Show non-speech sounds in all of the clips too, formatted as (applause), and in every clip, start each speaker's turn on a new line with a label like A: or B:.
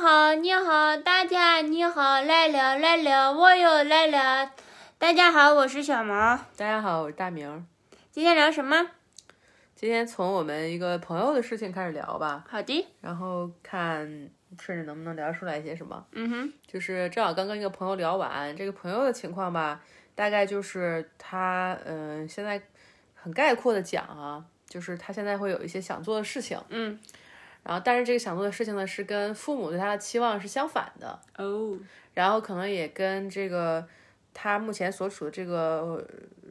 A: 好，你好，大家你好，来了来了，我又来了。大家好，我是小毛。
B: 大家好，我是大明。
A: 今天聊什么？
B: 今天从我们一个朋友的事情开始聊吧，
A: 好的，
B: 然后看顺着能不能聊出来一些什么。
A: 嗯哼，
B: 就是正好刚跟一个朋友聊完，这个朋友的情况吧，大概就是他，嗯、现在很概括的讲啊，就是他现在会有一些想做的事情，
A: 嗯，
B: 然后但是这个想做的事情呢，是跟父母对他的期望是相反的，
A: 哦，
B: 然后可能也跟这个他目前所处的这个呃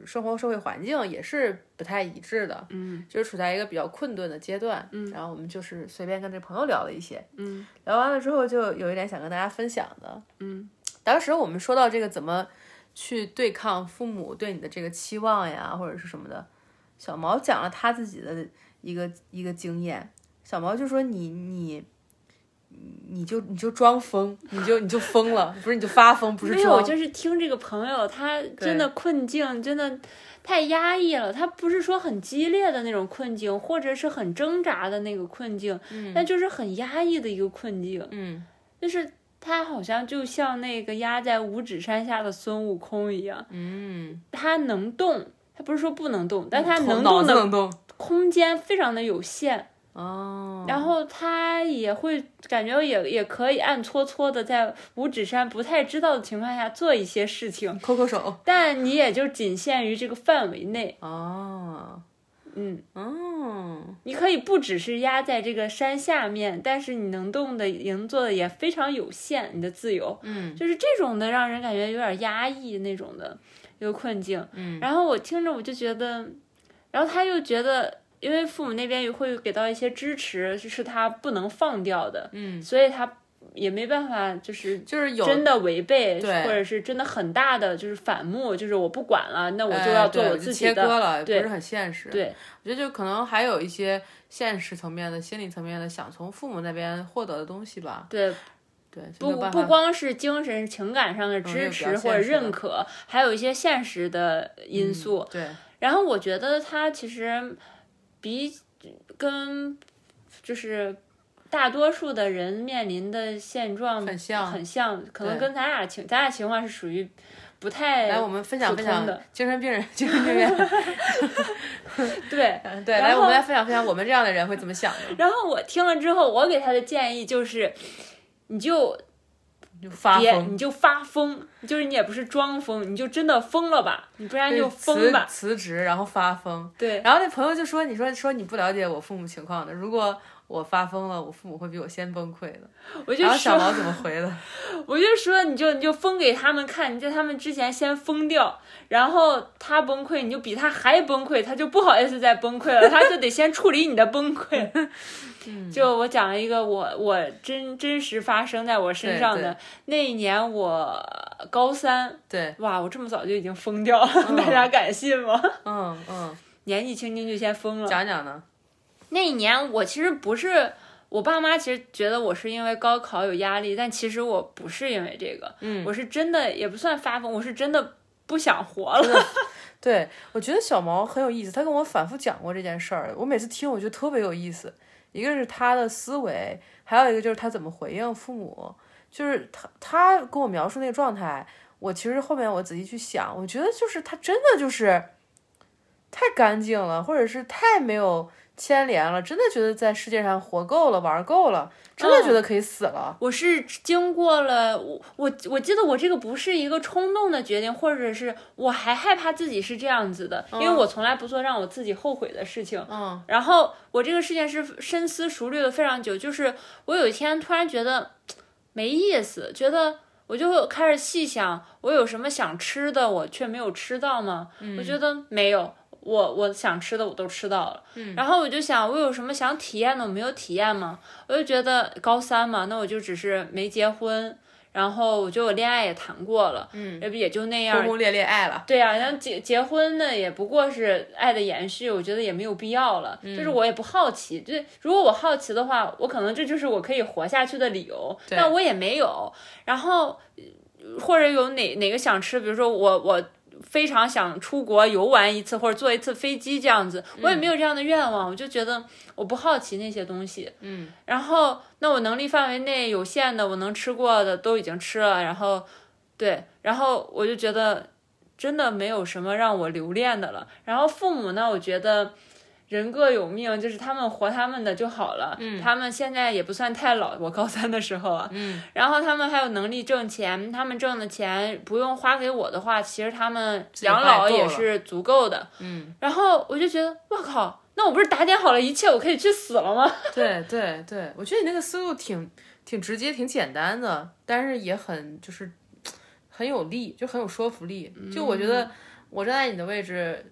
B: 生活社会环境也是不太一致的，嗯，就是处在一个比较困顿的阶段，嗯，然后我们就是随便跟这朋友聊了一些，嗯，聊完了之后就有一点想跟大家分享的，嗯，当时我们说到这个怎么去对抗父母对你的这个期望呀，或者是什么的，小毛讲了他自己的一个一个经验，小毛就说你你。你就你就装疯，你就你就疯了，不是你就发疯，不是
A: 没有，
B: 装。
A: 我就是听这个朋友，他真的困境真的太压抑了。他不是说很激烈的那种困境，或者是很挣扎的那个困境，嗯、但就是很压抑的一个困境。
B: 嗯，
A: 就是他好像就像那个压在五指山下的孙悟空一样，
B: 嗯，
A: 他能动，他不是说不能动，但他
B: 头
A: 能
B: 脑
A: 动
B: 子
A: 的
B: 能动
A: 空间非常的有限，
B: 哦，
A: 然后他也会感觉也也可以暗搓搓的在五指山不太知道的情况下做一些事情，
B: 抠抠手
A: 但你也就仅限于这个范围内，
B: 哦，
A: 嗯，
B: 嗯，
A: 你可以不只是压在这个山下面，但是你能动的、能做的也非常有限，你的自由，
B: 嗯，
A: 就是这种的让人感觉有点压抑那种的一个困境，
B: 嗯，
A: 然后我听着我就觉得，然后他又觉得，因为父母那边也会给到一些支持，就是他不能放掉的，
B: 嗯，
A: 所以他也没办法就是。
B: 就是有
A: 真的违背，
B: 对
A: 或者是真的很大的就是反目，就是我不管了，那我
B: 哎
A: 就要做
B: 对
A: 我
B: 我
A: 自己
B: 切
A: 的。
B: 割了，不
A: 对
B: 是很现实。
A: 对，
B: 我觉得就可能还有一些现实层面的、心理层面的，想从父母那边获得的东西吧。
A: 对，
B: 对，就没
A: 不
B: 有办
A: 不
B: 法。
A: 光是精神情感上的
B: 这
A: 支
B: 个比较
A: 持
B: 现
A: 或者
B: 实的
A: 认可，还有一些现实的因素。
B: 嗯对，
A: 然后我觉得他其实比跟就是大多数的人面临的现状
B: 很像
A: 很像，可能
B: 对
A: 跟咱俩情咱俩情况是属于不太
B: 来我们分
A: 哎
B: 享
A: 普
B: 分
A: 通
B: 享
A: 的
B: 精神病人、精神
A: (laughs)
B: 病人。
A: 对。
B: 嗯对，
A: 然
B: 来
A: 后
B: 我们来分享分享我们这样的人会怎么想的，
A: 然后我听了之后，我给他的建议就是，你就
B: 就发
A: 别，
B: 疯
A: 你。就发疯，就是你也不是装疯，你就真的疯了吧，你不然就疯
B: 辞
A: 吧。
B: 辞职，然后发疯，
A: 对，
B: 然后那朋友就说：“你说说你不了解我父母情况的，如果我发疯了，我父母会比我先崩溃的。
A: 我”就
B: 然后小
A: 说，
B: 毛怎么回的？
A: 我就说，你就你就疯给他们看，你在他们之前先疯掉，然后他崩溃，你就比他还崩溃，他就不好意思再崩溃了，他就得先处理你的崩溃。
B: 嗯
A: (laughs) 就我讲了一个我我真真实发生在我身
B: 对
A: 上
B: 对
A: 的，那一年我高三，
B: 对，
A: 哇，我这么早就已经疯掉了， (laughs) 大家敢信吗？ (laughs)
B: 嗯嗯，
A: 年纪轻轻就先疯了。
B: 讲讲呢？
A: 那一年我其实不是，我爸妈其实觉得我是因为高考有压力，但其实我不是因为这个，
B: 嗯
A: 我是真的也不算发疯，我是真的不想活了。
B: 对，我觉得小毛很有意思，他跟我反复讲过这件事儿，我每次听我觉得特别有意思。一个是他的思维，还有一个就是他怎么回应父母，就是他他跟我描述那个状态，我其实后面我仔细去想，我觉得就是他真的就是太干净了，或者是太没有牵连了，真的觉得在世界上活够了，玩够了，真的觉得可以死了。
A: 我是经过了我我我记得我这个不是一个冲动的决定，或者是我还害怕自己是这样子的，因为我从来不做让我自己后悔的事情。
B: 嗯
A: 然后我这个事件是深思熟虑了非常久，就是我有一天突然觉得没意思，觉得我就开始细想，我有什么想吃的，我却没有吃到吗？我觉得没有。我我想吃的我都吃到了，然后我就想我有什么想体验的我没有体验吗？我就觉得高三嘛，那我就只是没结婚，然后我觉得我恋爱也谈过了，嗯，也不也就那样，
B: 轰轰烈烈爱了，
A: 对呀、然后结结婚呢，也不过是爱的延续，我觉得也没有必要了。就是我也不好奇，就如果我好奇的话，我可能这就是我可以活下去的理由。但我也没有。然后呃或者有哪哪个想吃，比如说我我非常想出国游玩一次或者坐一次飞机这样子，我也没有这样的愿望，我就觉得我不好奇那些东西，嗯，然后那我能力范围内有限的，我能吃过的都已经吃了，然后对，然后我就觉得真的没有什么让我留恋的了。然后父母呢，我觉得。人各有命，就是他们活他们的就好了。嗯，他们现在也不算太老，我高三的时候啊，嗯，然后他们还有能力挣钱，他们挣的钱不用花给我的话，其实他们养老也是足够的。嗯，然后我就觉得，我靠，那我不是打点好了一切，我可以去死了吗？
B: (laughs) 对对对，我觉得你那个思路挺挺直接、挺简单的，但是也很就是很有力，就很有说服力。就我觉得我站在你的位置。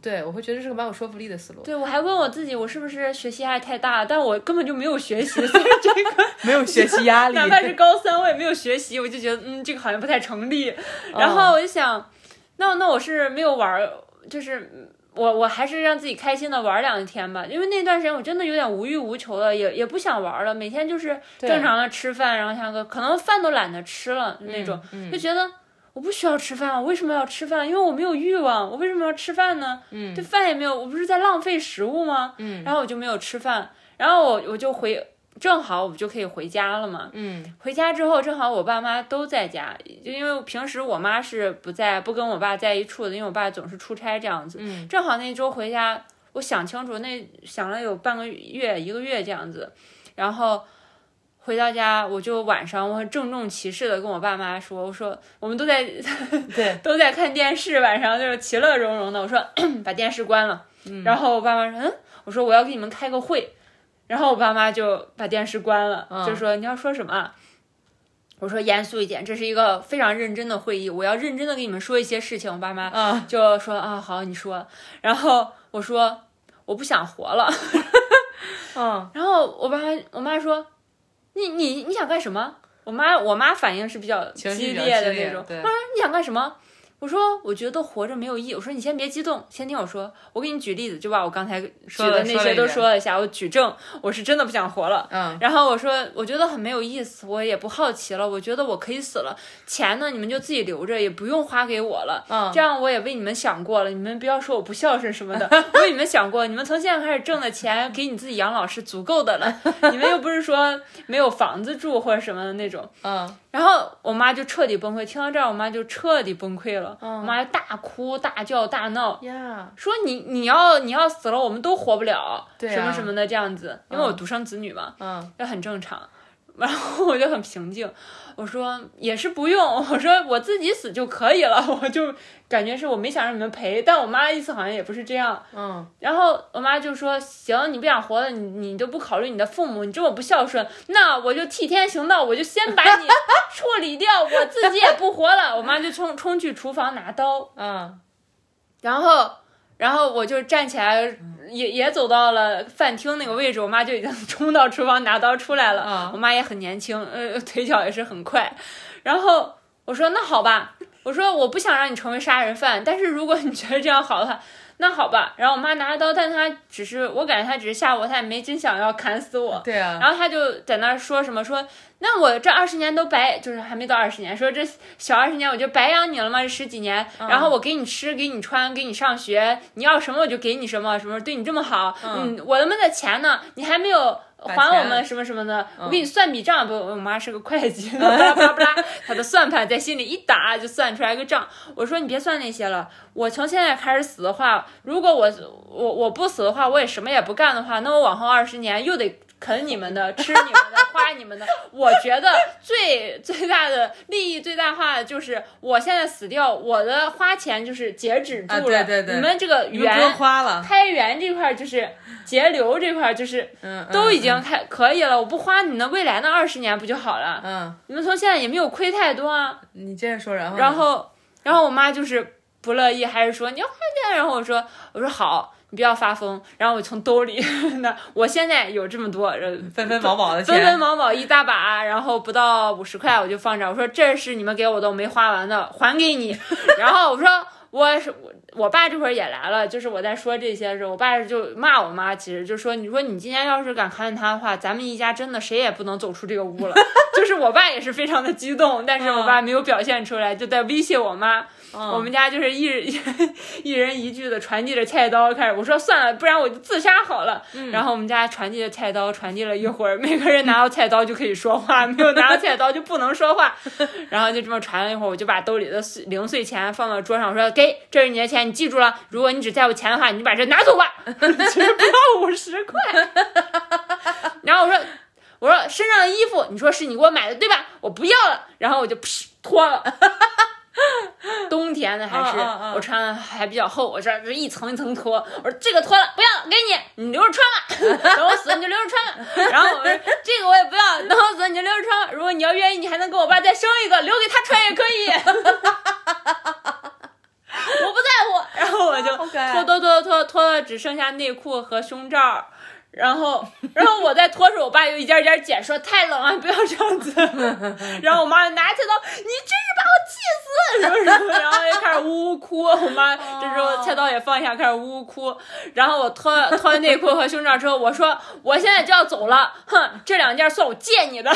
B: 对，我会觉得这是个蛮有说服力的思路。
A: 对，我还问我自己，我是不是学习压力太大？但我根本就没有学习，所以这个
B: 没有学习 (laughs) 压力。
A: 哪怕是高三，我也没有学习，我就觉得，嗯，这个好像不太成立。然后我就想，哦、那那我是没有玩，就是我我还是让自己开心的玩两天吧，因为那段时间我真的有点无欲无求了，也也不想玩了，每天就是正常的吃饭，然后像个可能饭都懒得吃了那种，
B: 嗯嗯、
A: 就觉得。我不需要吃饭，我为什么要吃饭？因为我没有欲望，我为什么要吃饭呢？嗯，这饭也没有，我不是在浪费食物吗？嗯，然后我就没有吃饭，然后我我就回，正好我就可以回家了嘛。
B: 嗯，
A: 回家之后正好我爸妈都在家，就因为平时我妈是不在，不跟我爸在一处的，因为我爸总是出差这样子。
B: 嗯，
A: 正好那周回家，我想清楚，那想了有半个月、一个月这样子，然后。回到家，我就晚上我郑重其事的跟我爸妈说，我说我们都在
B: (laughs)
A: (laughs)
B: 对
A: 都在看电视，晚上就是其乐融融的。我说 (clears throat) 把电视关了，
B: 嗯、
A: 然后我爸妈说嗯，我说我要给你们开个会，然后我爸妈就把电视关了，
B: 嗯、
A: 就说你要说什么？啊我说严肃一点，这是一个非常认真的会议，我要认真的跟你们说一些事情。我爸妈就说、
B: 嗯、
A: 啊好，你说。然后我说我不想活了，
B: (laughs) 嗯，
A: 然后我爸我妈说。你你你想干什么？我妈我妈反应是比较激烈的那种。
B: (laughs)
A: 她说你想干什么？我说我觉得活着没有意义。我说你先别激动，先听我说。我给你举例子，就把我刚才举的那些都
B: 说
A: 了一下。我举证，我是真的不想活了。
B: 嗯。
A: 然后我说我觉得很没有意思，我也不好奇了。我觉得我可以死了。钱呢，你们就自己留着，也不用花给我了。
B: 嗯。
A: 这样我也为你们想过了，你们不要说我不孝顺什么的。我为你们想过，你们从现在开始挣的钱给你自己养老是足够的了。你们又不是说没有房子住或者什么的那种。
B: 嗯。
A: 然后我妈就彻底崩溃，听到这儿，我妈就彻底崩溃了。
B: 嗯、
A: 我妈就大哭大叫大闹，
B: 呀，
A: 说你你要你要死了，我们都活不了，
B: 对啊
A: 什么什么的这样子。因为我独生子女嘛，
B: 嗯，
A: 这很正常。然后我就很平静，我说也是不用， (laughs) 我说我自己死就可以了，我就感觉是我没想让你们陪，但我妈的意思好像也不是这样。
B: 嗯，
A: 然后我妈就说：“行，你不想活了，你你都不考虑你的父母，你这么不孝顺，那我就替天行道，我就先把你 (laughs) 处理掉，我自己也不活了。”我妈就冲冲去厨房拿刀，
B: 嗯，
A: 然后然后我就站起来，也也走到了饭厅那个位置，我妈就已经冲到厨房拿刀出来了。
B: 啊
A: 我妈也很年轻，呃， (laughs) 腿脚也是很快。然后我说：“那好吧，我说我不想让你成为杀人犯，但是如果你觉得这样好的话，那好吧。”然后我妈拿着刀，但她只是我感觉她只是吓我，她也没真想要砍死我。
B: 对啊，
A: 然后她就在那儿说什么说，那我这二十年都白，就是还没到二十年，说这小二十年我就白养你了吗？这十几年，然后我给你吃，给你穿，给你上学，你要什么我就给你什么，什么对你这么好，
B: 嗯
A: 嗯，我他妈的钱呢？你还没有。还我们什么什么的，我给你算笔账不？我妈是个会计，巴拉巴拉巴拉，她的算盘在心里一打就算出来个账。我说你别算那些了，我从现在开始死的话，如果我我我不死的话，我也什么也不干的话，那我往后二十年又得啃你们的，吃你们的，花你
B: (laughs)
A: 们的。我觉得最最大的利益最大化的就是我现在死掉，我的花钱就是截止住了，
B: 啊对对对
A: 你们这个
B: 你们不用
A: 源
B: 花 (laughs) 了，
A: 开源这块儿就是节流这块儿就是
B: 嗯，嗯
A: 都已经开可以了，我不花你们未来那二十年不就好了？
B: 嗯，
A: 你们从现在也没有亏太多啊。
B: 嗯你接着说，然后
A: 然后，然后我妈就是不乐意，还是说你要花钱。然后我说，我说好，你不要发疯。然后我从兜里 (laughs) 那，我现在有这么多，呃
B: 分分毛毛的钱，
A: 分
B: (laughs)
A: 分毛毛一大把，然后不到五十块我 (laughs) 就放这儿。我说这是你们给我的，我没花完的，还给你。然后我说我是我我爸这会儿也来了，就是我在说这些时候，我爸就骂我妈，其实就说：“你说你今天要是敢看见他的话，咱们一家真的谁也不能走出这个屋了。” (laughs) 就是我爸也是非常的激动，但
B: 嗯
A: 是我爸没有表现出来，就在威胁我妈。我们家就是一一一人一句的传递着菜刀，开始我说算了，不然我就自杀好了。然后我们家传递着菜刀，传递了一会儿，每个人拿到菜刀就可以说话，没有拿到菜刀就不能说话。然后就这么传了一会儿，我就把兜里的碎零碎钱放到桌上，我说：“给，这是你的钱，你记住了。如果你只在乎钱的话，你把这拿走吧， (laughs) 其实不要五十块。”然后我说：“我说身上的衣服，你说是你给我买的对吧？我不要了。”然后我就噗脱了。冬天的还是
B: 嗯嗯嗯
A: 我穿的还比较厚，我这儿就一层一层脱。我说这个脱了不要了，给你，你留着穿吧。 (laughs) 等我死了你就留着穿吧。然后我说这个我也不要，等我死了你就留着穿吧。如果你要愿意，你还能给我爸再生一个，留给他穿也可以。我不在乎。然后我就
B: 好可爱
A: 脱脱脱脱脱到只剩下内裤和胸罩。然后， (laughs) 然后我再脱时，我爸又一件一件剪，说太冷啊了，不要这样子。然后我妈就拿菜刀，你真是把我气死，什么什么，然后就开始呜呜哭。我妈这时候菜刀也放下，开始呜呜哭。然后我脱脱内裤和胸罩之后，我说 (laughs) 我现在就要走了，哼，这两件算我借你的。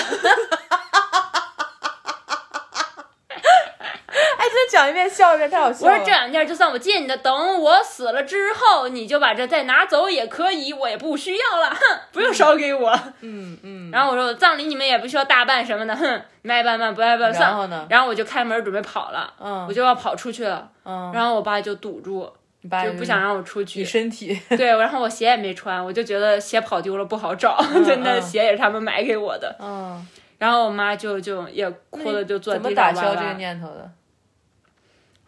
B: 哎，真讲一遍笑一遍，太好笑
A: 我
B: 了。
A: 说这两件就算我借你的，等我死了之后，你就把这再拿走也可以，我也不需要了，哼，不用烧给我。
B: 嗯嗯，
A: 然后我说葬礼你们也不需要大办什么的，哼，你们爱办办，不爱办算。
B: 然后呢
A: 然后我就开门准备跑了，
B: 嗯
A: 我就要跑出去了，
B: 嗯，
A: 然后我爸就堵住，
B: 你爸
A: 就不想让我出去
B: 你。身体，
A: 对，然后我鞋也没穿，我就觉得鞋跑丢了不好找， (laughs) 真的
B: 嗯
A: 鞋也是他们买给我的。
B: (laughs) 嗯，
A: 然后我妈就就也哭的就坐
B: 怎么
A: 地
B: 打
A: 上哇
B: 消
A: 哇
B: 这个念头的？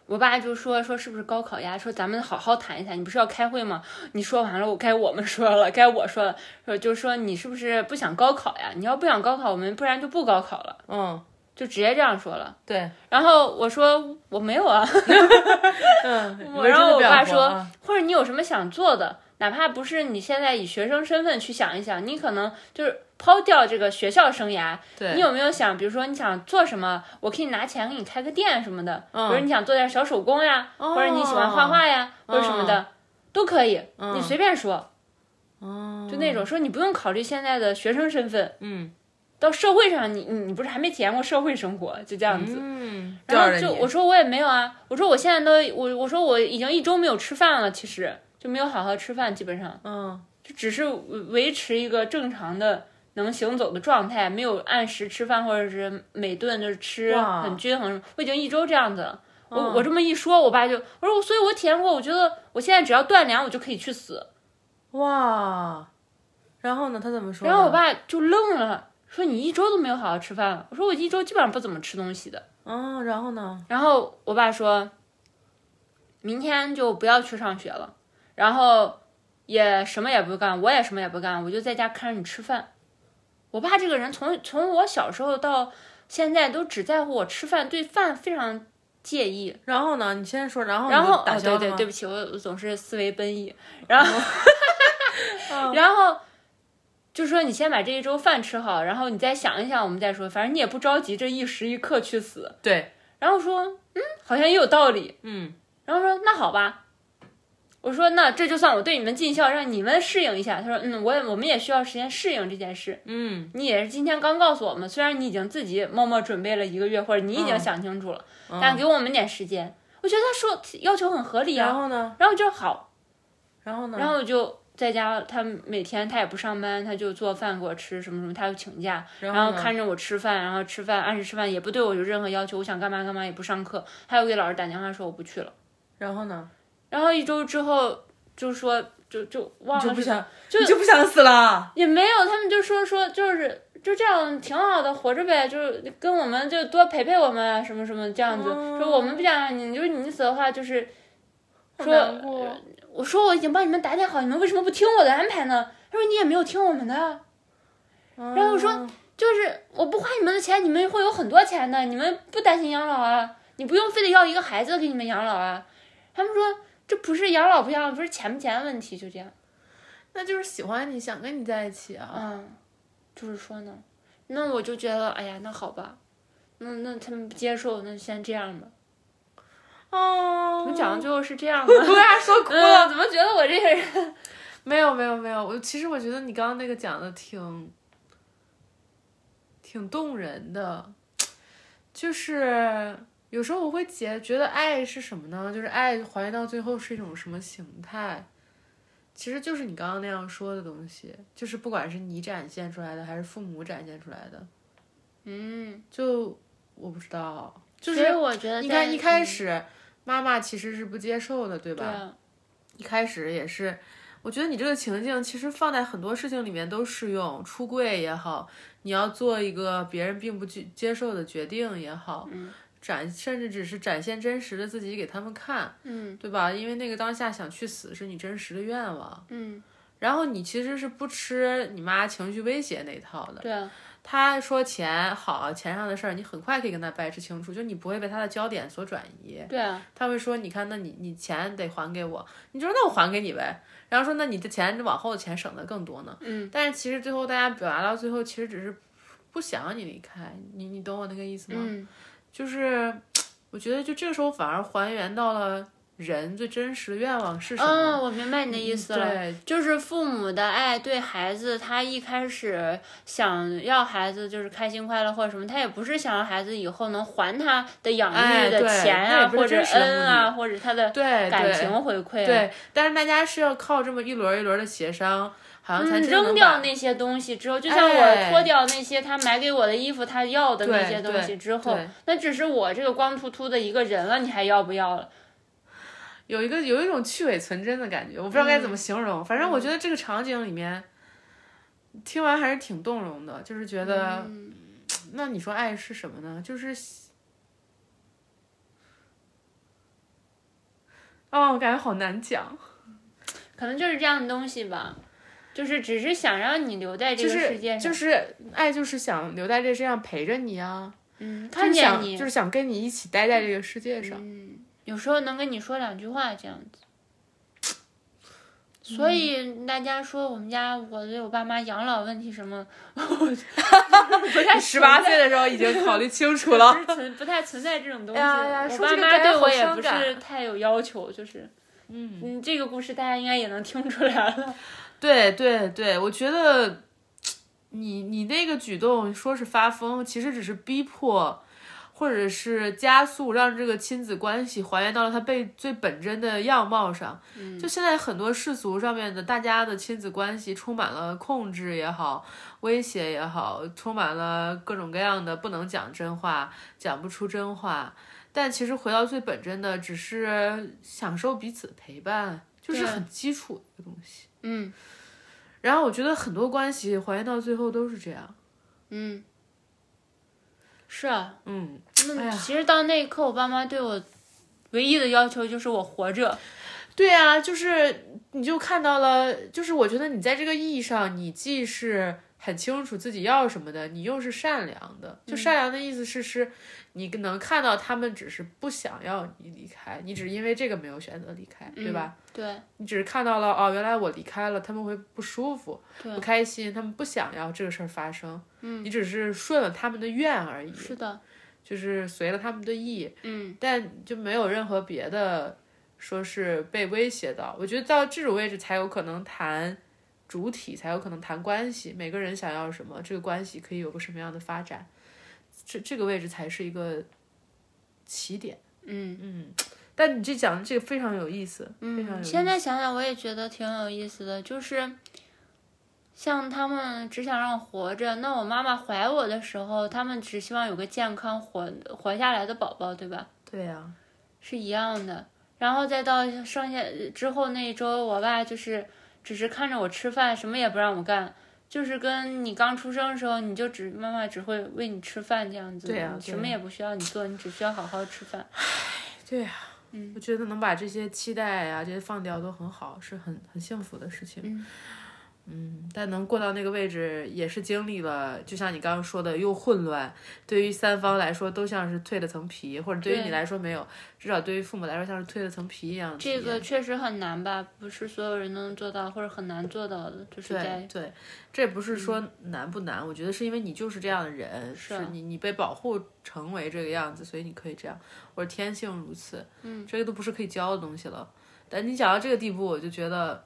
A: 我爸就说说是不是高考呀？说咱们好好谈一谈，你不是要开会吗？你说完了，我该我们说了，该我说了，说就说你是不是不想高考呀？你要不想高考，我们不然就不高考了，
B: 嗯，
A: 就直接这样说了。
B: 对，
A: 然后我说我没有啊，
B: (laughs) 嗯，你
A: 我
B: 们
A: 然
B: 真
A: 后
B: 的
A: 我
B: 不想
A: 爸
B: 活
A: 说
B: 啊，
A: 或者你有什么想做的，哪怕不是你现在以学生身份去想一想，你可能就是抛掉这个学校生涯，你
B: 对，
A: 有没有想，比如说你想做什么，我可以拿钱给你开个店什么的，
B: 嗯
A: 比如你想做点小手工呀，
B: 哦
A: 或者你喜欢画画呀，或者什么的，都可以，
B: 嗯
A: 你随便说，
B: 哦，
A: 就那种说你不用考虑现在的学生身份，
B: 嗯
A: 到社会上你你你不是还没体验过社会生活，就这样子。
B: 嗯，
A: 然
B: 吊
A: 后
B: 着
A: 就
B: 你
A: 我说我也没有啊，我说我现在都我我说我已经一周没有吃饭了，其实就没有好好吃饭，基本上
B: 嗯
A: 就只是维维持一个正常的能行走的状态，没有按时吃饭或者是每顿就是吃
B: 哇
A: 很均衡。我已经一周这样子了，我我这么一说，我爸就我说我，所以我体验过，我觉得我现在只要断粮，我就可以去死。
B: 哇，然后呢？他怎么说呢？
A: 然后我爸就愣了，说你一周都没有好好吃饭了。我说我一周基本上不怎么吃东西的。
B: 嗯，然后呢？
A: 然后我爸说，明天就不要去上学了，然后也什么也不干，我也什么也不干，我就在家看着你吃饭。我爸这个人从从我小时候到现在都只在乎我吃饭，对饭非常介意。
B: 然后呢？你先说，然后
A: 然
B: 哦你就
A: 后
B: 打
A: 哦，
B: 消
A: 对
B: 了
A: 对
B: 吗
A: 对不起，我我总是思维奔逸。然后，
B: 哦
A: 然后就说你先把这一周饭吃好，然后你再想一想，我们再说。反正你也不着急这一时一刻去死。
B: 对，
A: 然后说，嗯，好像也有道理。
B: 嗯
A: 然后说那好吧，我说那这就算我对你们尽孝，让你们适应一下。他说嗯，我也我们也需要时间适应这件事。
B: 嗯
A: 你也是今天刚告诉我们，虽然你已经自己默默准备了一个月，或者你已经想清楚了，但给我们点时间。我觉得他说要求很合理
B: 然
A: 啊，
B: 后呢？
A: 然后就好，
B: 然后呢？
A: 然后我就在家，他每天他也不上班，他就做饭给我吃，什么什么，他就请假，
B: 然
A: 然
B: 后
A: 后
B: 呢
A: 看着我吃饭，然后吃饭按时吃饭，也不对我有任何要求，我想干嘛干嘛也不上课，还有给老师打电话说我不去了。
B: 然后呢？
A: 然后一周之后就说就就忘
B: 就
A: 了
B: 不
A: 是，
B: 想，
A: 就
B: 你就不想死了？
A: 也没有，他们就说说就是就这样挺好的，活着呗，就是跟我们就多陪陪我们啊，什么什么这样子。
B: 哦
A: 说我们不想让你，就是你死的话就是。
B: 好
A: 说
B: 难过
A: 我说我已经帮你们打点好，你们为什么不听我的安排呢？他说你也没有听我们的，
B: 然
A: 后我说就是我不花你们的钱，你们会有很多钱的，你们不担心养老啊，你不用非得要一个孩子给你们养老啊。他们说这不是养老不养老，不是钱不钱的问题，就这样。
B: 那就是喜欢你，想跟你在一起啊。
A: 嗯，就是说呢，那我就觉得，哎呀，那好吧，那那他们不接受，那先这样吧。
B: 啊、哦，
A: 怎么讲到最后是这样的？ (laughs)
B: 我俩啊说哭了。
A: 嗯，怎么觉得我这个人
B: 没有没有没有，我其实我觉得你刚刚那个讲的挺挺动人的，就是有时候我会觉觉得爱是什么呢？就是爱还原到最后是一种什么形态？其实就是你刚刚那样说的东西，就是不管是你展现出来的，还是父母展现出来的， (laughs) 嗯，就我不知道，就是
A: 所以我觉得
B: 你
A: 在嗯
B: 看一开始妈妈其实是不接受的，对吧？
A: 对啊
B: 一开始也是，我觉得你这个情境其实放在很多事情里面都适用，出柜也好，你要做一个别人并不接接受的决定也好，展甚至只是展现真实的自己给他们看，嗯，对吧？因为那个当下想去死是你真实的愿望，嗯。然后你其实是不吃你妈情绪威胁那一套的，
A: 对啊，
B: 她说钱好，钱上的事儿你很快可以跟她掰扯清楚，就你不会被她的焦点所转移。
A: 对啊，
B: 他会说：“你看，那你你钱得还给我。”你就说：“那我还给你呗。”然后说：“那你的钱往后的钱省的更多呢。”嗯，但是其实最后大家表达到最后，其实只是不想让你离开，你你懂我那个意思吗？
A: 嗯，
B: 就是我觉得就这个时候反而还原到了人最真实的愿望是什么。
A: 嗯，我明白你的意思了。
B: 对，
A: 就是父母的爱对孩子，他一开始想要孩子就是开心快乐或者什么，他也不是想让孩子以后能还他的养
B: 哎
A: 育的
B: 对
A: 钱
B: 那
A: 啊，
B: 也不是
A: 或者
B: 真实的目的
A: 恩啊，或者他的
B: 对
A: 感
B: 哎对
A: 情回馈啊，
B: 对，但是大家是要靠这么一轮一轮的协商，好像
A: 嗯
B: 才真的
A: 扔
B: 能
A: 掉
B: 把
A: 那些东西之后，就像我
B: 哎
A: 脱掉那些他买给我的衣服，他要的那
B: 对
A: 些东
B: 对
A: 西之后
B: 对，
A: 那只是我这个光秃秃的一个人了，你还要不要了？
B: 有一个有一种去伪存真的感觉，我不知道该怎
A: 嗯
B: 么形容。反正我觉得这个场景里面，听完还是挺动容的，就是觉得，
A: 嗯
B: 那你说爱是什么呢？就是，哦，我感觉好难讲，
A: 可能就是这样的东西吧，就是只是想让你留在这
B: 就
A: 个
B: 是
A: 世界上，
B: 就是爱，就是想留在这世上陪着你啊，
A: 嗯，
B: 就是
A: 看见
B: 想
A: 你，嗯
B: 就是想跟你一起待在这个世界上。
A: 有时候能跟你说两句话这样子。所
B: 嗯
A: 以大家说我们家我对我爸妈养老问题什
B: (laughs)
A: 么， (laughs)
B: 不太十八岁的时候已经考虑清楚了
A: 不。是存不太存在这种东西。
B: 哎呀呀
A: 我
B: 说
A: 爸
B: 这个
A: 妈
B: 感觉
A: 对
B: 好
A: 我也
B: 伤
A: 不是
B: 感啊
A: 太有要求，就是，嗯嗯，这个故事大家应该也能听出来
B: (laughs)
A: 了。
B: 对对对，我觉得你你那个举动说是发疯，其实只是逼迫，或者是加速，让这个亲子关系还原到了它被最本真的样貌上。就现在很多世俗上面的大家的亲子关系充满了控制也好，威胁也好，充满了各种各样的不能讲真话，讲不出真话。但其实回到最本真的，只是享受彼此的陪伴，就是
A: 对
B: 很基础的一个东西。
A: 嗯
B: 然后我觉得很多关系还原到最后都是这样。
A: 嗯，是啊，
B: 嗯，
A: 那其实到那一刻，我爸妈对我唯一的要求就是我活着。
B: 对啊，就是你就看到了，就是我觉得你在这个意义上，你既是很清楚自己要什么的，你又是善良的。就善良的意思是，是你能看到他们只是不想要你离开，你只是因为这个没有选择离开，嗯对吧？
A: 对
B: 你只是看到了哦，原来我离开了，他们会不舒服、
A: 对，
B: 不开心，他们不想要这个事儿发生。嗯，你只是顺了他们的愿而已。
A: 是的，
B: 就是随了他们的意，
A: 嗯，
B: 但就没有任何别的说是被威胁到。我觉得到这种位置才有可能谈主体，才有可能谈关系，每个人想要什么，这个关系可以有个什么样的发展，这这个位置才是一个起点。
A: 嗯
B: 嗯，但你这讲的这个非常有意思，非常有
A: 嗯。
B: 意思。
A: 现在想想，我也觉得挺有意思的，就是像他们只想让我活着，那我妈妈怀我的时候，他们只希望有个健康活活下来的宝宝，对吧？啊
B: 对呀、
A: 是一样的。然后再到剩下之后那一周，我爸就是只是看着我吃饭，什么也不让我干，就是跟你刚出生的时候，你就只妈妈只会喂你吃饭这样子，
B: 对呀啊
A: 你
B: 对
A: 什么也不需要你做，你只需要好好吃饭。
B: 我觉得能把这些期待啊这些放掉都很好，是很很幸福的事情。嗯嗯，但能过到那个位置，也是经历了，就像你刚刚说的，又混乱，对于三方来说都像是蜕了层皮，或者对于你来说没有，至少对于父母来说像是蜕了层皮一样的体
A: 这
B: 验。
A: 个确实很难吧，不是所有人都能做到，或者很难做到的，就是在
B: 对，这不是说难不难，我觉得是因为你就是这样的人，
A: 嗯是啊
B: 是你你被保护成为这个样子，所以你可以这样，我是天性如此，嗯，这个都不是可以教的东西了。但你讲到这个地步，我就觉得，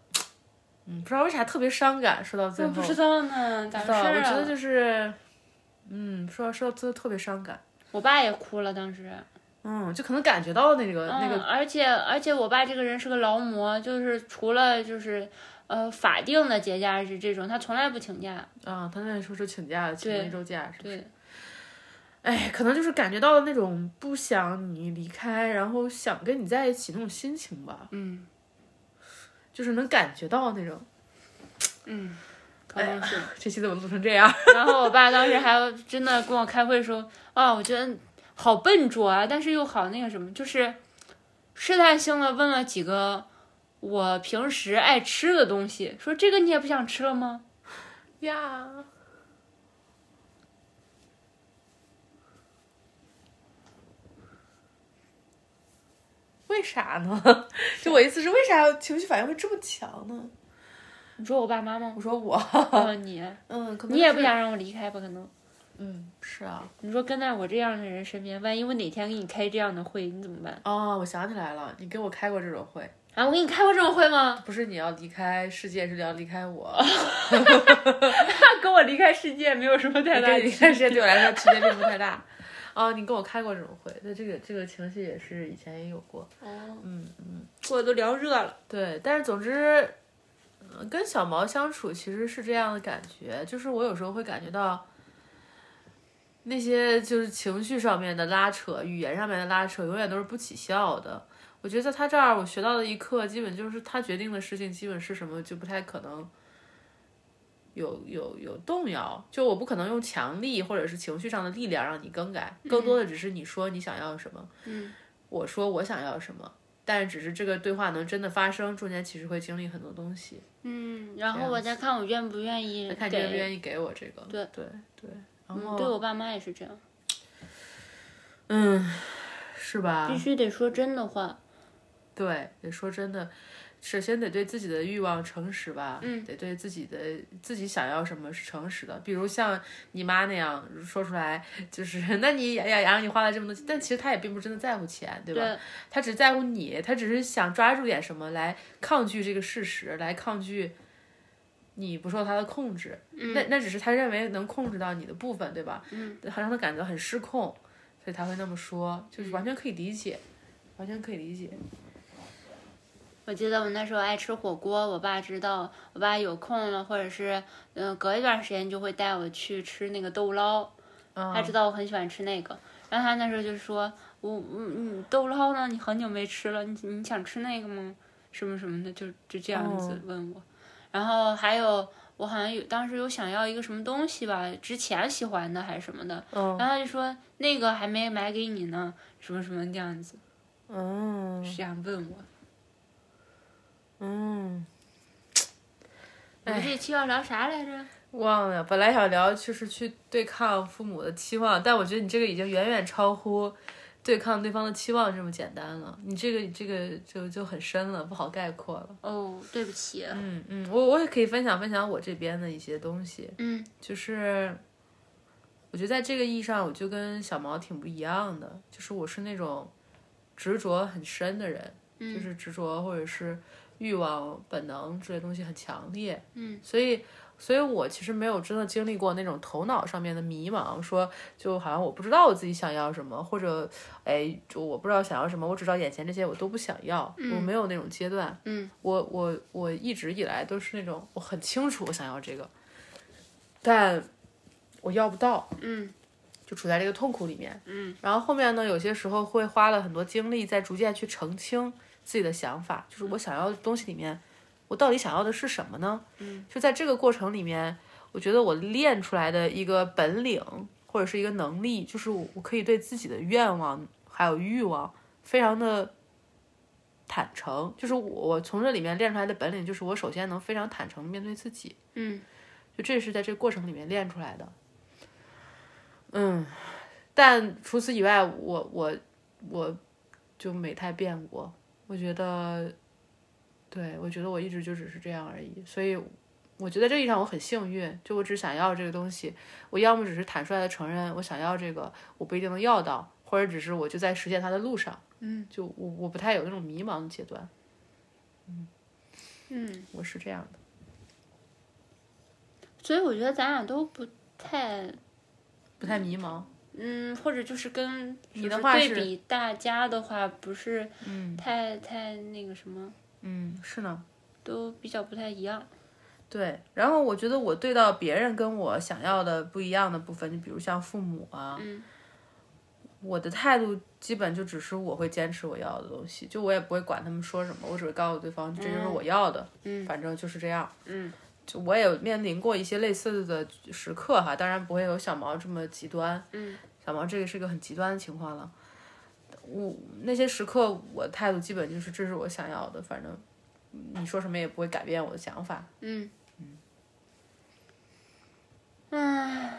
B: 嗯，不知道为啥特别伤感，说到最
A: 我不
B: 后，
A: 知道呢，咋
B: 不
A: 回
B: 知道
A: 事
B: 我觉
A: 儿
B: 得
A: 啊？
B: 就是，嗯，说说到最后特别伤感，
A: 我爸也哭了，当时。
B: 嗯，就可能感觉到那个、那
A: 嗯，而且而且我爸这个人是个劳模，就是除了就是呃法定的节假日这种，他从来不请假。
B: 个，啊，他那时候就请假，请了一周假，是吧？
A: 对，
B: 哎，可能就是感觉到那种不想你离开，然后想跟你在一起那种心情吧，
A: 嗯
B: 就是能感觉到那种。 (laughs)
A: 嗯，可能是。
B: 这期怎么录成这样？
A: 然后我爸当时还真的跟我开会说，啊，我觉得好笨拙啊，但是又好那个什么，就是试探性的问了几个我平时爱吃的东西，说这个你也不想吃了吗？
B: 呀，为啥呢？ (laughs) 就我意思是，为啥情绪反应会这么强呢？
A: 你说我爸妈吗？
B: 我说我，
A: 哦，
B: (laughs)
A: 你
B: 嗯，可能
A: 你也
B: 是
A: 不，想让我离开吧？可能。
B: 嗯，是啊。
A: 你说跟在我这样的人身边，万一我哪天给你开这样的会，你怎么办？
B: 哦，我想起来了，你跟我开过这种会，
A: 啊，我给你开过这种会吗？
B: 不是你要离开世界，是你要离开我。
A: 那跟我离开世界没有什么太 (laughs) 大
B: 对，
A: 的
B: 你看，这对我来说区别并不太大。哦，你跟我开过这种会，那这个这个情绪也是以前也有过。
A: 哦，
B: 嗯，
A: 我都聊热了。
B: 对，但是总之，呃跟小毛相处其实是这样的感觉，就是我有时候会感觉到，那些就是情绪上面的拉扯，语言上面的拉扯，永远都是不起效的。我觉得在他这儿，我学到的一课，基本就是他决定的事情，基本是什么就不太可能有有有动摇。就我不可能用强力或者是情绪上的力量让你更改，更多的只是你说你想要什么，
A: 嗯，
B: 我说我想要什么，但只是这个对话能真的发生，中间其实会经历很多东西。
A: 嗯，然后我再看我愿不愿意
B: 那
A: 给。
B: 看你愿不愿意给我这个。
A: 嗯对
B: 对对，然
A: 嗯，
B: 后
A: 对我爸妈也是这样，
B: 嗯，是吧
A: 必？须得说真的话。
B: 对，得说真的，首先得对自己的欲望诚实吧。
A: 嗯，
B: 得对自己的自己想要什么是诚实的。比如像你妈那样说出来，就是 (laughs) 那你呀呀，让你花了这么多钱，但其实她也并不真的在乎钱，对吧？
A: 对，
B: 他只在乎你，他只是想抓住点什么来抗拒这个事实，来抗拒你不受他的控制。那那只是他认为能控制到你的部分，对吧？嗯，好让他感觉很失控，所以他会那么说，就是完全可以理解，完全可以理解。
A: 我记得我那时候爱吃火锅，我爸知道，我爸有空了，或者是嗯、呃隔一段时间就会带我去吃那个豆捞。
B: 嗯，
A: 他知道我很喜欢吃那个，然后他那时候就说：“我嗯嗯豆捞呢，你很久没吃了，你你想吃那个吗？什么什么的，就就这样
B: 嗯
A: 子问我。然后还有我好像有当时有想要一个什么东西吧，之前喜欢的还是什么的，
B: 嗯
A: 然后他就说那个还没买给你呢，什么什么这样子，
B: 嗯
A: 是这样问我。
B: 嗯，
A: 我们这期要聊啥来着？
B: 忘了，本来想聊就是去对抗父母的期望，但我觉得你这个已经远远超乎对抗对方的期望这么简单了，你这个这个就就很深了，不好概括了。
A: 哦，对不起，
B: 嗯，嗯，我我也可以分享分享我这边的一些东西，
A: 嗯
B: 就是我觉得在这个意义上，我就跟小毛挺不一样的，就是我是那种执着很深的人，就
A: 嗯
B: 是执着或者是欲望、本能之类的东西很强烈，
A: 嗯，
B: 所以。所以我其实没有真的经历过那种头脑上面的迷茫，说就好像我不知道我自己想要什么，或者哎，就我不知道想要什么，我只知道眼前这些我都不想要，我没有那种阶段。
A: 嗯
B: 我我我一直以来都是那种我很清楚我想要这个，但我要不到，
A: 嗯
B: 就处在这个痛苦里面。
A: 嗯，
B: 然后后面呢，有些时候会花了很多精力在逐渐去澄清自己的想法，就是
A: 嗯
B: 我想要的东西里面，我到底想要的是什么呢？嗯，就在这个过程里面，我觉得我练出来的一个本领或者是一个能力，就是我我可以对自己的愿望还有欲望非常的坦诚，就是我我从这里面练出来的本领，就是我首先能非常坦诚地面对自己，
A: 嗯，
B: 就这是在这个过程里面练出来的。嗯，但除此以外，我我我就没太变过。我觉得，对我觉得我一直就只是这样而已。所以，我觉得这个意义上我很幸运，就我只想要这个东西，我要么只是坦率的承认我想要这个，我不一定能要到，或者只是我就在实现它的路上。嗯，就我我不太有那种迷茫的阶段。嗯嗯，我是这样的。
A: 所以我觉得咱俩都不太，
B: 不太迷茫，
A: 嗯，或者就是跟
B: 你
A: 就是
B: 的话
A: 对
B: 是
A: 比大家的话，不是太太那个什么，
B: 嗯，是呢，
A: 都比较不太一样。
B: 对。然后我觉得我对到别人跟我想要的不一样的部分，就比如像父母啊，
A: 嗯
B: 我的态度基本就只是我会坚持我要的东西，就我也不会管他们说什么，我只会告诉对方这就是我要的，
A: 嗯
B: 反正就是这样。
A: 嗯
B: 就我也有面临过一些类似的时刻哈，当然不会有小毛这么极端，
A: 嗯
B: 小毛这个是一个很极端的情况了。我那些时刻，我的态度基本就是这是我想要的，反正你说什么也不会改变我的想法。
A: 嗯嗯，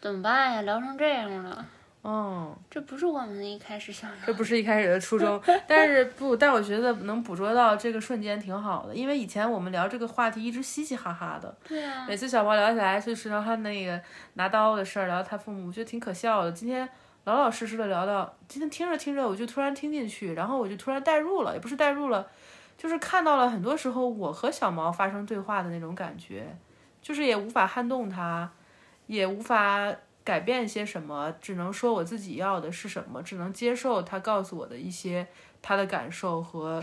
A: 怎么办呀？聊成这样了，
B: 嗯，
A: 这不是我们一开始想
B: 这不是一开始的初衷， (laughs) 但是不，但我觉得能捕捉到这个瞬间挺好的，因为以前我们聊这个话题一直嘻嘻哈哈的，
A: 对啊，
B: 每次小毛聊起来就是聊他那个拿刀的事儿，聊他父母，我觉得挺可笑的。今天老老实实的聊到，今天听着听着我就突然听进去，然后我就突然代入了，也不是代入了，就是看到了很多时候我和小毛发生对话的那种感觉，就是也无法撼动他，也无法改变些什么，只能说我自己要的是什么，只能接受他告诉我的一些他的感受和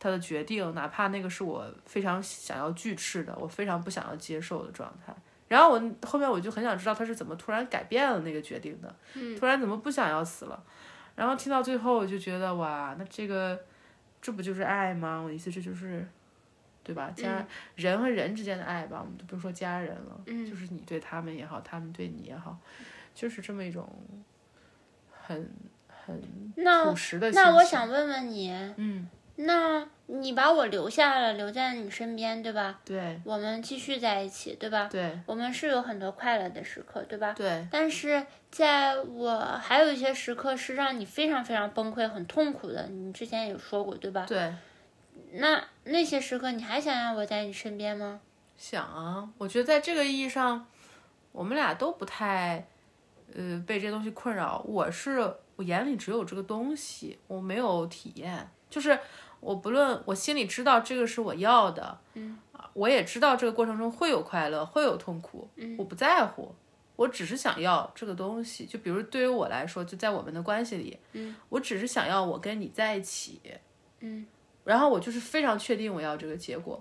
B: 他的决定，哪怕那个是我非常想要拒斥的，我非常不想要接受的状态。然后我后面我就很想知道他是怎么突然改变了那个决定的，
A: 嗯
B: 突然怎么不想要死了。然后听到最后，我就觉得哇，那这个这不就是爱吗？我的意思，这就是对吧？家、人和人之间的爱吧，我们就不说家人了，
A: 嗯
B: 就是你对他们也好，他们对你也好，就是这么一种很很
A: 那
B: 朴实的
A: 那
B: 心
A: 我
B: 情
A: 想问问你，
B: 嗯，
A: 那你把我留下了，留在你身边，对吧？
B: 对
A: 我们继续在一起，对吧？
B: 对
A: 我们是有很多快乐的时刻，对吧？
B: 对，
A: 但是在我还有一些时刻是让你非常非常崩溃、很痛苦的，你之前有说过，对吧？
B: 对，
A: 那那些时刻你还想让我在你身边吗？
B: 想啊，我觉得在这个意义上，我们俩都不太，呃，被这东西困扰。我是我眼里只有这个东西，我没有体验，就是我不论我心里知道这个是我要的，嗯，我也知道这个过程中会有快乐，会有痛苦，嗯，我不在乎。我只是想要这个东西，就比如对于我来说，就在我们的关系里，嗯，我只是想要我跟你在一起，
A: 嗯，
B: 然后我就是非常确定我要这个结果，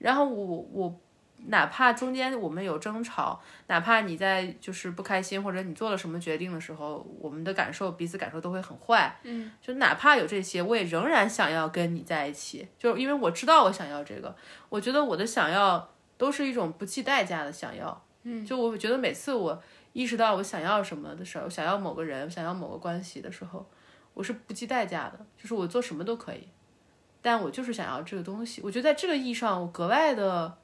B: 然后我我哪怕中间我们有争吵，哪怕你在就是不开心或者你做了什么决定的时候，我们的感受彼此感受都会很坏。嗯，就哪怕有这些，我也仍然想要跟你在一起，就是因为我知道我想要这个。我觉得我的想要都是一种不计代价的想要。嗯，就我觉得每次我意识到我想要什么的时候，想要某个人，想要某个关系的时候，我是不计代价的，就是我做什么都可以。但我就是想要这个东西。我觉得在这个意义上，我格外的，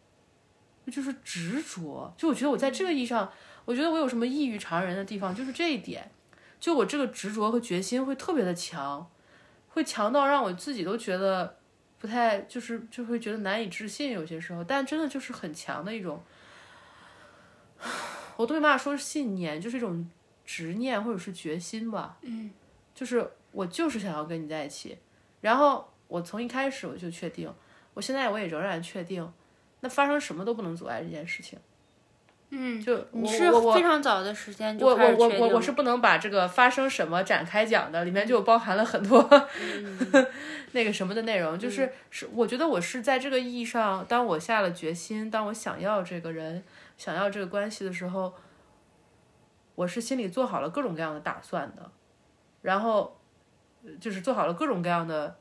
B: 就是执着。就我觉得我在这个意义上，我觉得我有什么异于常人的地方，就是这一点。就我这个执着和决心会特别的强，会强到让我自己都觉得不太，就是就会觉得难以置信。有些时候，但真的就是很强的一种，我都没办法说是信念，就是一种执念或者是决心吧。嗯，就是我就是想要跟你在一起。然后我从一开始我就确定，我现在我也仍然确定，那发生什么都不能阻碍这件事情。
A: 嗯，
B: 就
A: 你
B: 我
A: 是
B: 我我
A: 非常早的时间
B: 我
A: 就开
B: 我
A: 始
B: 我
A: 确
B: 我
A: 定嗯
B: 我是不能把这个发生什么展开讲的，里面就包含了很多 (laughs) 那个什么的内容。
A: 嗯
B: 就是是，我觉得我是在这个意义上，当我下了决心，当我想要这个人、想要这个关系的时候，我是心里做好了各种各样的打算的，然后呃就是做好了各种各样的，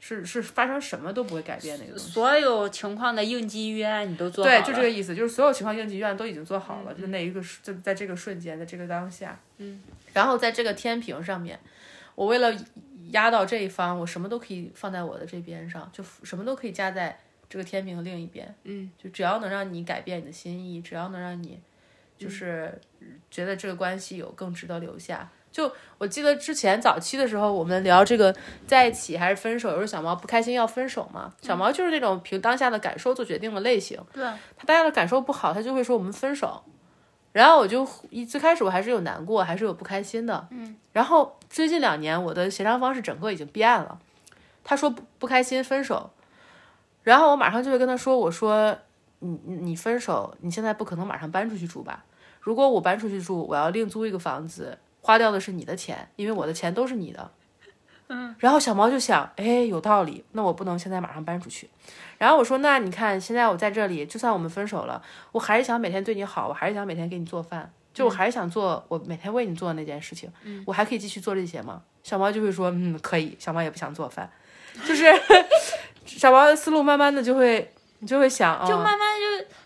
B: 是是发生什么都不会改变那个东西。
A: 所有情况的应激预案你都做好
B: 对，
A: 了
B: 就这个意思，就是所有情况应急预案都已经做好了，就那一个就在这个瞬间，在这个当下，嗯，然后在这个天平上面，我为了压到这一方，我什么都可以放在我的这边上，就什么都可以加在这个天平的另一边。嗯，就只要能让你改变你的心意，只要能让你就是觉得这个关系有更值得留下。就我记得之前早期的时候，我们聊这个在一起还是分手，有时候小毛不开心要分手嘛，小毛就是那种凭当下的感受做决定的类型。
A: 对，
B: 他当下的感受不好，他就会说我们分手。然后我就一最开始我还是有难过，还是有不开心的，嗯。然后最近两年我的协商方式整个已经变了，他说不不开心分手，然后我马上就会跟他说，我说你你你分手，你现在不可能马上搬出去住吧？如果我搬出去住，我要另租一个房子，花掉的是你的钱，因为我的钱都是你的。嗯，然后小毛就想，哎，有道理，那我不能现在马上搬出去。然后我说，那你看，现在我在这里，就算我们分手了，我还是想每天对你好，我还是想每天给你做饭，就我还是想做我每天为你做的那件事情。嗯，我还可以继续做这些吗？小毛就会说，嗯，可以。小毛也不想做饭，就是 (laughs) 小毛的思路慢慢的就会，你就会想，
A: 就
B: 哦
A: 慢慢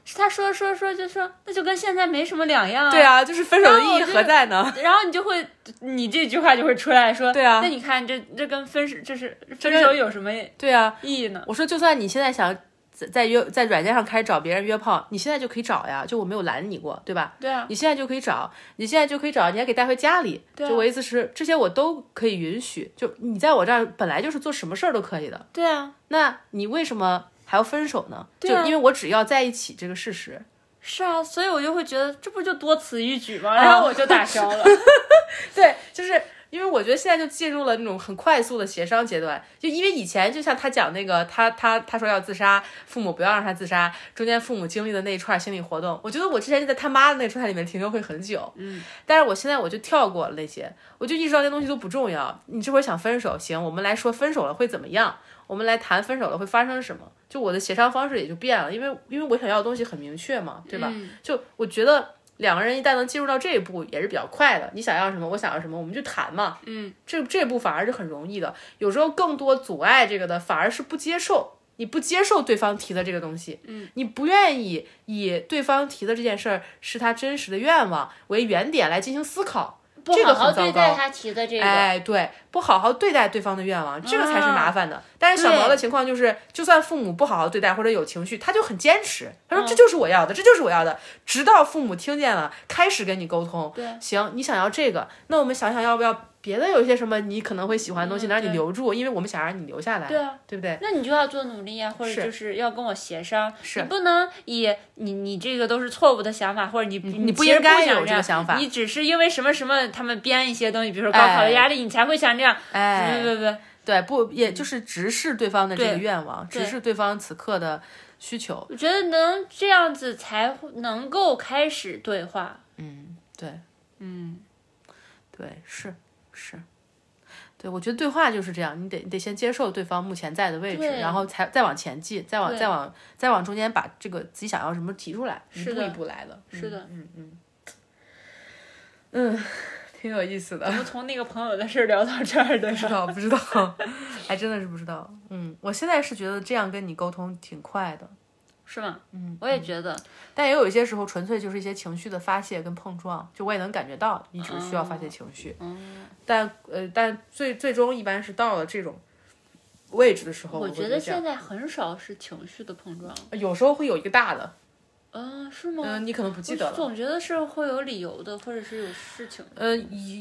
A: 就他说说说就说，那就跟现在没什么两样啊。
B: (laughs) 对啊，就是分手的
A: 然后
B: 意义
A: 我就
B: 何在呢？
A: 然后你就会，你这句话就会出来说，
B: 对啊
A: 那你看这这跟分手这是分手有什么意
B: 对啊，
A: 义呢？
B: 我说，就算你现在想在在约在软件上开始找别人约炮，你现在就可以找呀，就我没有拦你过，对吧？
A: 对啊，
B: 你现在就可以找，你现在就可以找，你还可以带回家里。
A: 对啊
B: 就我意思是，这些我都可以允许。就你在我这儿本来就是做什么事儿都可以的，
A: 对啊，
B: 那你为什么还要分手呢？
A: 对啊
B: 就因为我只要在一起这个事实。
A: 是啊，所以我就会觉得这不就多此一举
B: 啊
A: 吗？然后我就打消
B: (laughs)
A: 了。
B: 对，就是因为我觉得现在就进入了那种很快速的协商阶段，就因为以前就像他讲那个，他他他说要自杀，父母不要让他自杀，中间父母经历的那一串心理活动，我觉得我之前就在他妈的那个状态里面停留会很久，嗯，但是我现在我就跳过了那些，我就意识到那东西都不重要。你这会儿想分手，行，我们来说分手了会怎么样，我们来谈分手了会发生什么。就我的协商方式也就变了，因为因为我想要的东西很明确嘛，对吧？就我觉得两个人一旦能进入到这一步，也是比较快的。你想要什么，我想要什么，我们就谈嘛。嗯，这这步反而是很容易的。有时候更多阻碍这个的，反而是不接受。你不接受对方提的这个东西，嗯，你不愿意以对方提的这件事儿是他真实的愿望为原点来进行思考，
A: 不
B: 这
A: 好
B: 个
A: 好
B: 很糟
A: 对
B: 糕
A: 待。他提的这个，
B: 哎，对，不好好对待对方的愿望，这个才是麻烦的。但是小
A: 啊对
B: 毛的情况就是，就算父母不好好对待或者有情绪，他就很坚持，他说、这
A: 嗯
B: 就是我要的，这就是我要的，直到父母听见了，开始跟你沟通。
A: 对，
B: 行，你想要这个，那我们想想要不要别的，有一些什么你可能会喜欢的东
A: 嗯
B: 西，能让你
A: 对
B: 留住，因为我们想让你留下来，
A: 对啊，
B: 对不对？
A: 那你就要做努力啊呀、或者
B: 是
A: 就是要跟我协商，
B: 是
A: 你不能以你你这个都是错误的想法，或者你
B: (laughs) 你
A: 你
B: 不
A: 其实
B: 应该
A: 想
B: 有这个
A: 样
B: 想法
A: 你只是因为什么什么他们编一些东西，比如说高考
B: 哎
A: 的压力，你才会想这样，
B: 哎，
A: 不不不，
B: 对，不，也就是直视对方的这个
A: 对
B: 愿望，直
A: 对
B: 视对方此刻的需求。
A: 我觉得能这样子才会能够开始对话。
B: 嗯，对，嗯，对，是是，对，我觉得对话就是这样，你得你得先接受对方目前在的位置，
A: 对
B: 然后才再往前进，再往
A: 对
B: 再往再往中间把这个自己想要什么提出来，一
A: 是
B: 步
A: 的
B: 一步来的，
A: 是
B: 嗯
A: 的，
B: 嗯嗯，嗯，挺
A: (laughs)
B: 有意思的
A: 我。们从那个朋友的事儿聊到这儿的
B: 不知道， (laughs) 不知道，还真的是不知道。嗯，我现在是觉得这样跟你沟通挺快的，
A: 是吗？嗯，我也觉得，
B: 但也有一些时候纯粹就是一些情绪的发泄跟碰撞，就我也能感觉到你只是需要发
A: 哦
B: 泄情绪。
A: 嗯
B: 但呃，但最最终一般是到了这种位置的时候，
A: 我
B: 我
A: 觉
B: 会
A: 得
B: 这样
A: 现在很少是情绪的碰撞。
B: 有时候会有一个大的，
A: 嗯，是吗？
B: 嗯、你可能不记得
A: 我
B: 了。
A: 总觉得是会有理由的，或者是有事情。
B: 呃，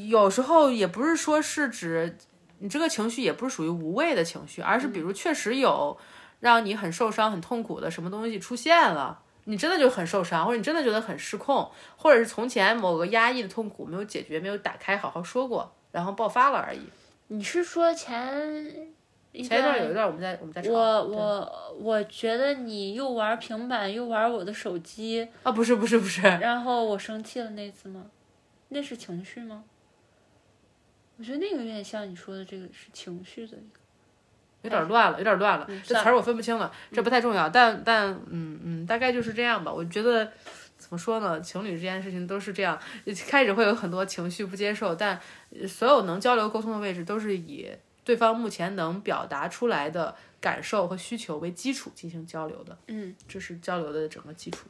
B: 有时候也不是说是指你这个情绪也不是属于无谓的情绪，而是比如确实有让你很受伤、很痛苦的什么东西出现了，你真的就很受伤，或者你真的觉得很失控，或者是从前某个压抑的痛苦没有解决、没有打开、好好说过，然后爆发了而已。
A: 你是说前一
B: 前一段有一段我们在我们在吵，
A: 我
B: 对
A: 我我觉得你又玩平板又玩我的手机，
B: 啊不是不是不是，
A: 然后我生气了那次吗？那是情绪吗？我觉得那个有点像你说的这个是情绪的一个。
B: 有点乱了，有点乱了，
A: 嗯
B: 这词儿我分不清了，这不太重要，但但嗯嗯，大概就是这样吧。我觉得怎么说呢，情侣之间的事情都是这样，开始会有很多情绪不接受，但呃所有能交流沟通的位置都是以对方目前能表达出来的感受和需求为基础进行交流的，
A: 嗯，
B: 这是交流的整个基础。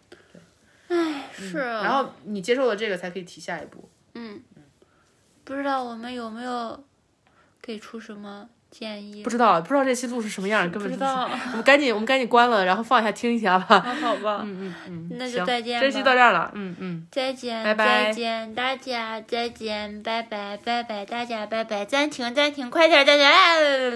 A: 唉，是啊。
B: 然后你接受了这个，才可以提下一步。
A: 不知道我们有没有给出什么建议？
B: 不知道，啊不知道这期录是什么样，根本
A: 不
B: 就
A: 知
B: 是
A: 道，
B: 我们赶紧，我们赶紧关了，然后放一下听一下吧。
A: 那 (laughs) 好吧，
B: 嗯嗯嗯，
A: 那就
B: 行
A: 再见
B: 这期
A: 吧
B: 到这儿了，嗯嗯，
A: 再见，
B: 拜拜
A: 再见，大家再见，拜拜，拜拜，大家拜拜，暂停，暂停，快点儿，大家。啊